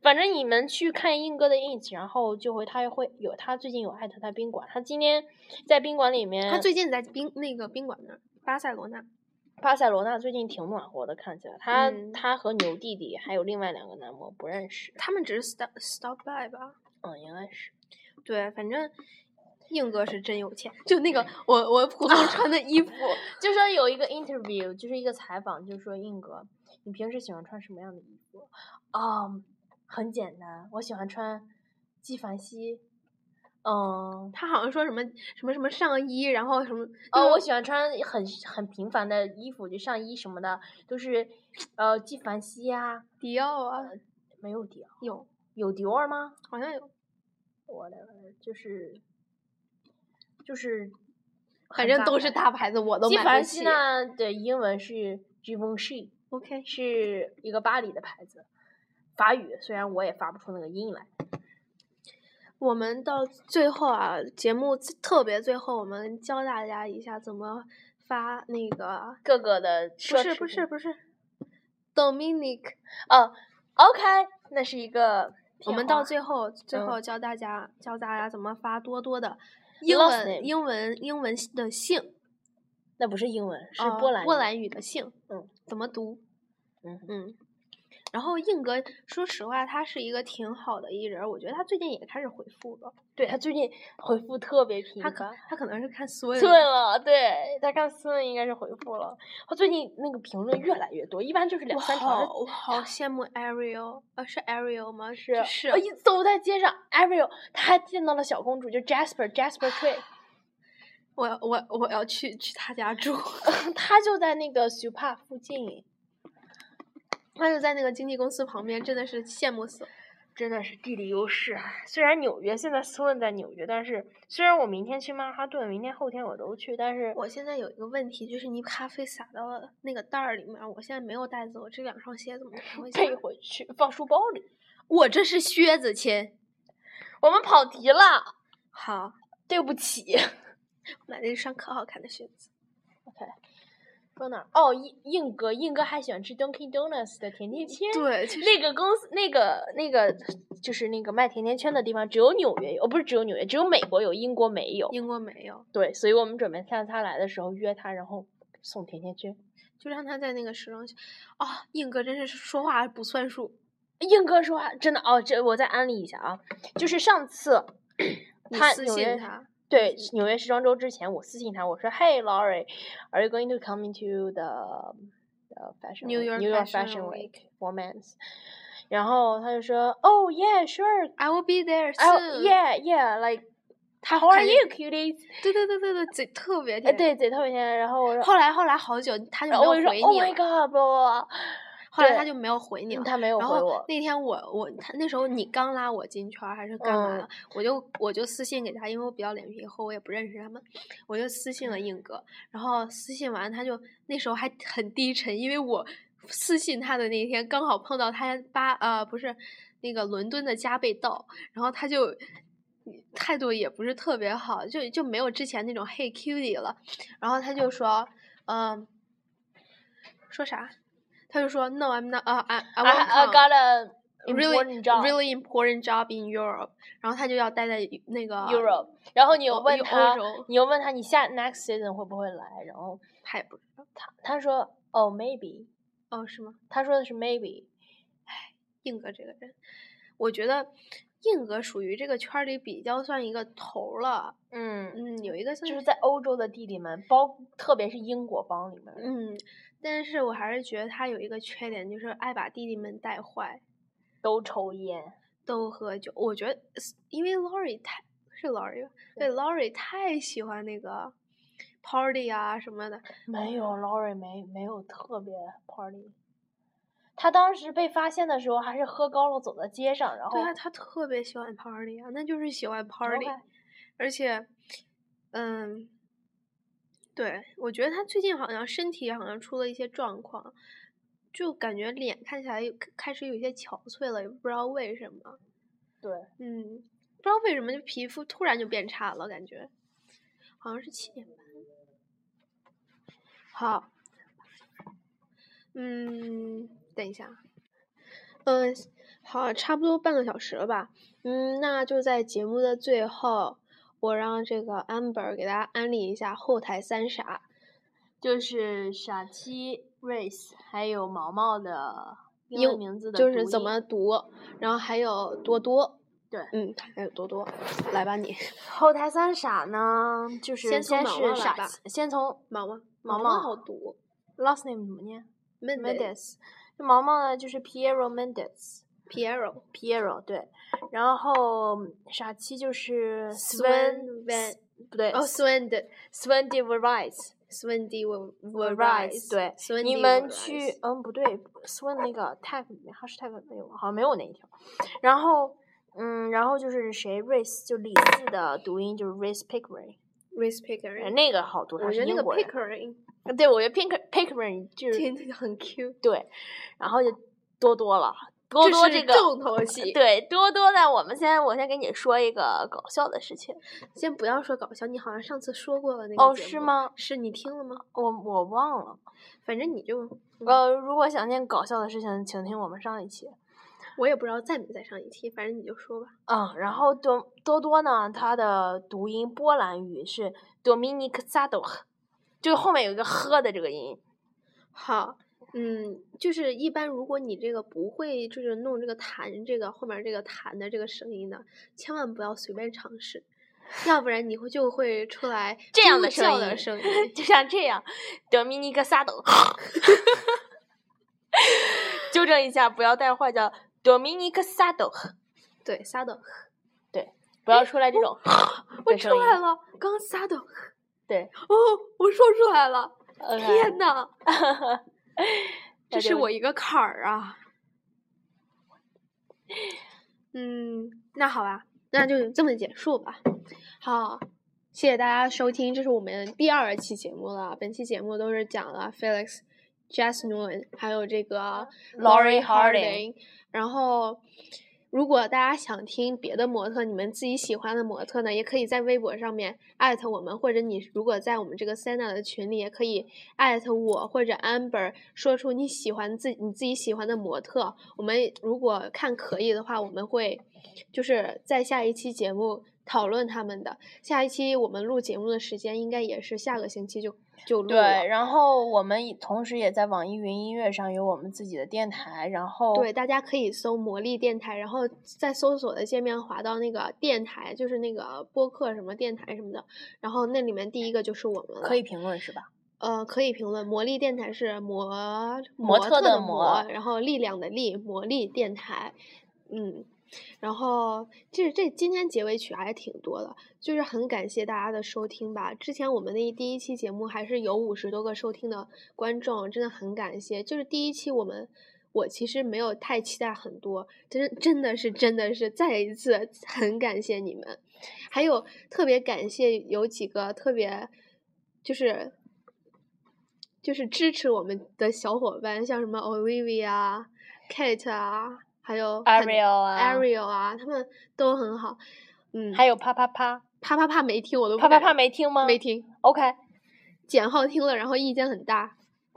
Speaker 2: 反正你们去看硬哥的 ins，然后就会他会有他最近有艾特他宾馆，他今天在宾馆里面，
Speaker 1: 他最近在宾那个宾馆那儿，巴塞罗那。
Speaker 2: 巴塞罗那最近挺暖和的，看起来他、
Speaker 1: 嗯
Speaker 2: 他和牛弟弟还有另外两个男模不认识，
Speaker 1: 他们只是 stop stop by 吧？
Speaker 2: 嗯，应该是
Speaker 1: 对，反正硬哥是真有钱。就那
Speaker 2: 嗯
Speaker 1: 个我我普通穿的
Speaker 2: [LAUGHS]
Speaker 1: 衣服，
Speaker 2: 就说有一个 interview，就是一个采访，就说硬哥，你平时喜欢穿什么样的衣服？啊、很简单，我喜欢穿纪梵希，嗯，
Speaker 1: 他好像说什么什么什么上衣，然后什么
Speaker 2: 哦，
Speaker 1: 就
Speaker 2: 我喜欢穿很很平凡的衣服，就上衣什么的，都是呃纪梵希呀，
Speaker 1: 迪奥啊，
Speaker 2: 没有迪奥，
Speaker 1: 有
Speaker 2: 有迪奥吗？
Speaker 1: 好像有，
Speaker 2: 我的就是就是，
Speaker 1: 反正都是。大牌子，我都
Speaker 2: 纪
Speaker 1: 买
Speaker 2: 梵
Speaker 1: 不
Speaker 2: 希
Speaker 1: 起。
Speaker 2: 呢的英文是 Givenchy，
Speaker 1: OK，
Speaker 2: 是一个巴黎的牌子，法语虽然我也发不出那个音来。
Speaker 1: 我们到最后啊，节目最特别最后，我们教大家一下怎么发那个，
Speaker 2: 各个的
Speaker 1: 不
Speaker 2: 奢侈
Speaker 1: 是不
Speaker 2: 品
Speaker 1: 是不是，Dominic，
Speaker 2: 哦，OK，那是一个
Speaker 1: 我
Speaker 2: 片
Speaker 1: 们到
Speaker 2: 花
Speaker 1: 最后，最
Speaker 2: 嗯
Speaker 1: 后教大家、教大家怎么发多多的英
Speaker 2: Last
Speaker 1: 文
Speaker 2: name
Speaker 1: 英文英文的姓，
Speaker 2: 那不是英文，是
Speaker 1: 呃
Speaker 2: 波兰
Speaker 1: 波
Speaker 2: 语
Speaker 1: 兰语的姓，
Speaker 2: 嗯，
Speaker 1: 怎么读？
Speaker 2: 嗯哼
Speaker 1: 嗯。然后硬哥，说实话，他是一个挺好的艺人，我觉得他最近也开始回复了。
Speaker 2: 对他最近回复特别频
Speaker 1: 他
Speaker 2: 繁，
Speaker 1: 可他可能是看所有
Speaker 2: 斯文了，对他看斯文应该是回复了。他最近那个评论越来越多，一般就是两
Speaker 1: 我
Speaker 2: 三条。
Speaker 1: 好我好羡慕 Ariel，呃，是 Ariel 吗？
Speaker 2: 是
Speaker 1: 是哦是
Speaker 2: 哎，一走在街上，Ariel 他还见到了小公主，就 Jasper，Jasper Tree，
Speaker 1: [GASPS] 我要我我要去去他家 [LAUGHS] 住，
Speaker 2: 他就在那个 Supa 附近，
Speaker 1: 他就在那个经纪公司旁边，真的是羡慕死了。
Speaker 2: 真的是地理优势啊！虽然纽约现在斯文在纽约，但是虽然我明天去曼哈顿，明天后天我都去，但是
Speaker 1: 我现在有一个问题，就是你咖啡洒到了那个袋儿里面，我现在没有袋子，我这两双鞋怎么拿回
Speaker 2: 背
Speaker 1: 去？
Speaker 2: 回去放书包里。
Speaker 1: 我这是靴子亲。
Speaker 2: 我们跑题了，
Speaker 1: [LAUGHS] 好，
Speaker 2: 对不起。
Speaker 1: 买了一双可好看的靴子。
Speaker 2: 说哪儿？哦，硬硬哥，硬哥还喜欢吃 Dunkin' Donuts 的甜甜圈。，
Speaker 1: 对，就是
Speaker 2: 那个公司，那个那个，就是那个卖甜甜圈的地方，只有纽约有，哦，不是只有纽约，只有美国有，英国没有。
Speaker 1: 英国没有，
Speaker 2: 对，所以我们准备下次他来的时候约他，然后送甜甜圈。
Speaker 1: 就让他在那个时装秀。哦，硬哥真是说话不算数。
Speaker 2: 硬哥说话真的哦，这我再安利一下啊，就是上次
Speaker 1: 你
Speaker 2: 他
Speaker 1: 私
Speaker 2: 纽
Speaker 1: 信
Speaker 2: 约
Speaker 1: 他，
Speaker 2: 对纽约时装周之前，我私信他，我说：“Hey Laurie，are you going to come into the the fashion
Speaker 1: New
Speaker 2: week-
Speaker 1: York
Speaker 2: New York
Speaker 1: Fashion
Speaker 2: Fashion
Speaker 1: Week
Speaker 2: Week for men's？” 然后他就说：“Oh yeah, sure.
Speaker 1: I will be there
Speaker 2: Oh
Speaker 1: soon。
Speaker 2: yeah, yeah. Like
Speaker 1: 他
Speaker 2: how are
Speaker 1: 肯定
Speaker 2: you, cuties？”
Speaker 1: 对对对对对，嘴特别
Speaker 2: 哎，
Speaker 1: 甜。。
Speaker 2: 对，嘴特别甜。然后我说，
Speaker 1: 后来后来好久他就
Speaker 2: 然后我
Speaker 1: 没
Speaker 2: 就
Speaker 1: 有
Speaker 2: 说
Speaker 1: 回
Speaker 2: ：“Oh
Speaker 1: 你了。
Speaker 2: my god，blah blah blah。
Speaker 1: 后来
Speaker 2: 对
Speaker 1: 他就没有回你了
Speaker 2: 嗯。他没有
Speaker 1: 然
Speaker 2: 回
Speaker 1: 后
Speaker 2: 我。
Speaker 1: 那天我我他那时候你刚拉我进圈儿还是干嘛
Speaker 2: 嗯
Speaker 1: 的，我就我就私信给他，因为我比较脸皮厚，我也不认识他们，我就私信了
Speaker 2: 嗯
Speaker 1: 硬哥，然后私信完他就那时候还很低沉，因为我私信他的那天刚好碰到他巴呃不是那个伦敦的加倍道，然后他就。态度也不是特别好，就就没有之前那种 Hey cutie 了，然后他就说，嗯，说啥？他就说 No, I'm not. 呃、i I won't
Speaker 2: I I
Speaker 1: come.
Speaker 2: got a
Speaker 1: really
Speaker 2: important job.
Speaker 1: really important job in Europe，然后他就要待在那个
Speaker 2: Europe。然后你又
Speaker 1: 欧
Speaker 2: 问
Speaker 1: 欧
Speaker 2: 他
Speaker 1: 洲，
Speaker 2: 你又问他你下 next season 会不会来？然后
Speaker 1: 他也不知道
Speaker 2: 他他说哦 maybe，
Speaker 1: 哦是吗？
Speaker 2: 他说的是 maybe，
Speaker 1: 硬哥这个人，我觉得硬哥属于这个圈儿里比较算一个头儿了，
Speaker 2: 嗯，
Speaker 1: 嗯，有一个
Speaker 2: 就
Speaker 1: 算
Speaker 2: 是在欧洲的弟弟们，包特别是英国帮里面，
Speaker 1: 嗯，但是我还是觉得他有一个缺点，就是爱把弟弟们带坏。
Speaker 2: 都抽烟，
Speaker 1: 都喝酒。我觉得，因为 Lori 太是 Lori 吧对 Lori 太喜欢那个 party 啊什么的，
Speaker 2: 嗯
Speaker 4: 没有，Lori 没没有特别 party。他当时被发现的时候，还是喝高了，走在街上，然后
Speaker 1: 对啊，他特别喜欢 party 啊，那就是喜欢 party，
Speaker 4: OK
Speaker 1: 而且，嗯，对，我觉得他最近好像身体好像出了一些状况，就感觉脸看起来有开始有些憔悴了，也不知道为什么，
Speaker 4: 对，
Speaker 1: 嗯，不知道为什么就皮肤突然就变差了，感觉好像是七点半。好，嗯，等一下，嗯，好，差不多半个小时了吧？嗯，那就在节目的最后，我让这个 Amber 给大家安利一下后台三傻。
Speaker 2: 就是傻七、Race 还有毛毛的
Speaker 1: 英
Speaker 2: 英文名字的
Speaker 1: 就是
Speaker 2: 读
Speaker 1: 怎
Speaker 2: 音
Speaker 1: 么读，然后还有多多，
Speaker 2: 对
Speaker 1: 嗯，还有多多，来吧你，
Speaker 2: 后台三傻呢？就是
Speaker 1: 先
Speaker 2: 先
Speaker 1: 从毛毛
Speaker 2: 是
Speaker 1: 来吧
Speaker 2: 傻七，先从
Speaker 1: 毛毛，
Speaker 2: 毛
Speaker 1: 毛
Speaker 2: 毛
Speaker 1: 好读
Speaker 2: last name 怎么念
Speaker 1: Mendes
Speaker 2: ？Mendes，这毛毛呢就是 Piero Mendes。
Speaker 1: Piero
Speaker 2: Piero 对，然后傻七就是
Speaker 1: Sven
Speaker 2: Sven
Speaker 1: Van-
Speaker 2: 不对
Speaker 1: 哦 s w e n d
Speaker 2: Sven de v e r i s
Speaker 1: s w e n d y
Speaker 2: v e r i
Speaker 1: Varice，
Speaker 2: s 对
Speaker 1: s w e，n d
Speaker 2: 你们去嗯不对，Sven 那个 tag 里面 hashtag 没有，好像没有那一条。然后嗯，然后就是谁 Race 就李四的读音就是 Race Pickering，
Speaker 1: Race Pickering，
Speaker 2: 呃那个好读，他
Speaker 1: 我
Speaker 2: 是
Speaker 1: 觉得那
Speaker 2: 英
Speaker 1: 个
Speaker 2: 国人
Speaker 1: Pickering
Speaker 2: 对，我觉得 Pink Pickering 就是
Speaker 1: 听着很 Q，
Speaker 2: 对，然后就多多了，多多
Speaker 1: 是
Speaker 2: 这个
Speaker 1: 重头戏。
Speaker 2: 对多多呢，我们先我先跟你说一个搞笑的事情，
Speaker 1: 先不要说搞笑，你好像上次说过了那个
Speaker 2: 哦
Speaker 1: 节
Speaker 2: 是
Speaker 1: 目
Speaker 2: 吗？
Speaker 1: 是你听了吗？
Speaker 2: 我我忘了，
Speaker 1: 反正你就
Speaker 2: 呃，如果想念搞笑的事情，请听我们上一期。
Speaker 1: 我也不知道在没在上一期，反正你就说吧。
Speaker 2: 嗯，然后多多多呢，它的读音波兰语是 Dominic s a d o [LAUGHS] 就后面有一个呵的这个音。
Speaker 1: 好，嗯，就是一般如果你这个不会就是弄这个弹这个后面这个弹的这个声音呢，千万不要随便尝试，要不然你会就会出 [LAUGHS] 来
Speaker 2: 这样的
Speaker 1: 猪叫
Speaker 2: 声
Speaker 1: 的
Speaker 2: 音
Speaker 1: 声音。
Speaker 2: 就像这样，Dominic s a d o [LAUGHS] 纠正一下，不要带坏，叫 Dominic s a d o
Speaker 1: 对，撒的，
Speaker 2: 不要出来这种
Speaker 1: [LAUGHS] 我
Speaker 2: 的
Speaker 1: 出
Speaker 2: 声音
Speaker 1: 来了，刚撒的，
Speaker 2: 对，
Speaker 1: 哦，我说出来了，
Speaker 2: 天，
Speaker 1: 天呐，这
Speaker 2: 那
Speaker 1: 是
Speaker 2: 就
Speaker 1: 我一个坎儿啊。嗯，那好吧，那就这么结束吧。好，谢谢大家收听，这是我们第二期节目了。本期节目都是讲了 Felix、Jess Nguyen，还有这个
Speaker 2: Laurie
Speaker 1: Harding。然后，如果大家想听别的模特，你们自己喜欢的模特呢，也可以在微博上面艾特我们，或者你如果在我们这个 Sena 的群里，也可以艾特我或者 Amber，说出你喜欢自你自己喜欢的模特。我们如果看可以的话，我们会就是在下一期节目讨论他们的。下一期我们录节目的时间应该也是下个星期就就录了
Speaker 2: 对，。然后我们也同时也在网易云音乐上有我们自己的电台，然后
Speaker 1: 对，大家可以搜“魔力电台”，然后在搜索的界面滑到那个电台，就是那个播客什么电台什么的，然后那里面第一个就是我们了。
Speaker 2: 可以评论是吧？
Speaker 1: 呃，可以评论。魔力电台是魔
Speaker 2: 模特
Speaker 1: 特
Speaker 2: 的
Speaker 1: 的
Speaker 2: 魔
Speaker 1: 然后力量的力，魔力电台。嗯，然后这这今天结尾曲还挺多的，就是很感谢大家的收听吧。之前我们那第一期节目还是有五十多个收听的观众，真的很感谢。就是第一期我们。我其实没有太期待很多，真真的是真的是再一次很感谢你们，还有特别感谢有几个特别就是就是支持我们的小伙伴，像什么 Olivia 啊、Kate 啊，还有很
Speaker 2: Ariel 啊
Speaker 1: Ariel 啊，他们都很好。嗯，
Speaker 2: 还有啪啪啪，
Speaker 1: 啪啪啪没听，我都不
Speaker 2: 啪啪
Speaker 1: 敢
Speaker 2: 啪没嗯听吗？
Speaker 1: 没听，
Speaker 2: OK，
Speaker 1: 简浩听了，然后意见很大，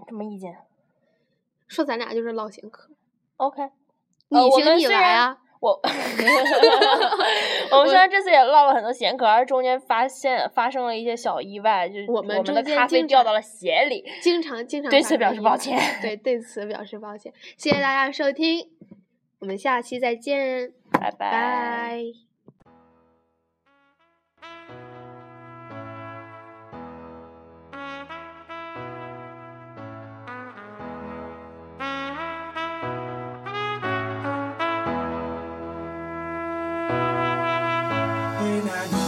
Speaker 2: 什么意见
Speaker 1: 说咱俩就是唠闲嗑。
Speaker 2: ？OK，
Speaker 1: 你
Speaker 2: 呃我
Speaker 1: 行
Speaker 2: 们
Speaker 1: 你
Speaker 2: 虽
Speaker 1: 来
Speaker 2: 然
Speaker 1: 啊， [LAUGHS]
Speaker 2: 我我们虽然这次也唠了很多闲嗑，而是中间发现发生了一些小意外，就是
Speaker 1: 我
Speaker 2: 我
Speaker 1: 们中
Speaker 2: 的
Speaker 1: 间
Speaker 2: 咖啡
Speaker 1: 经
Speaker 2: 掉
Speaker 1: 常
Speaker 2: 到了鞋里。
Speaker 1: 经常
Speaker 2: [LAUGHS]
Speaker 1: 经常
Speaker 2: 对
Speaker 1: 发
Speaker 2: 此表
Speaker 1: 生
Speaker 2: 示
Speaker 1: 意
Speaker 2: 抱
Speaker 1: 外
Speaker 2: 歉
Speaker 1: 对，对此表示抱歉。谢谢大家收听，我们下期再见，
Speaker 2: 拜拜
Speaker 1: 拜。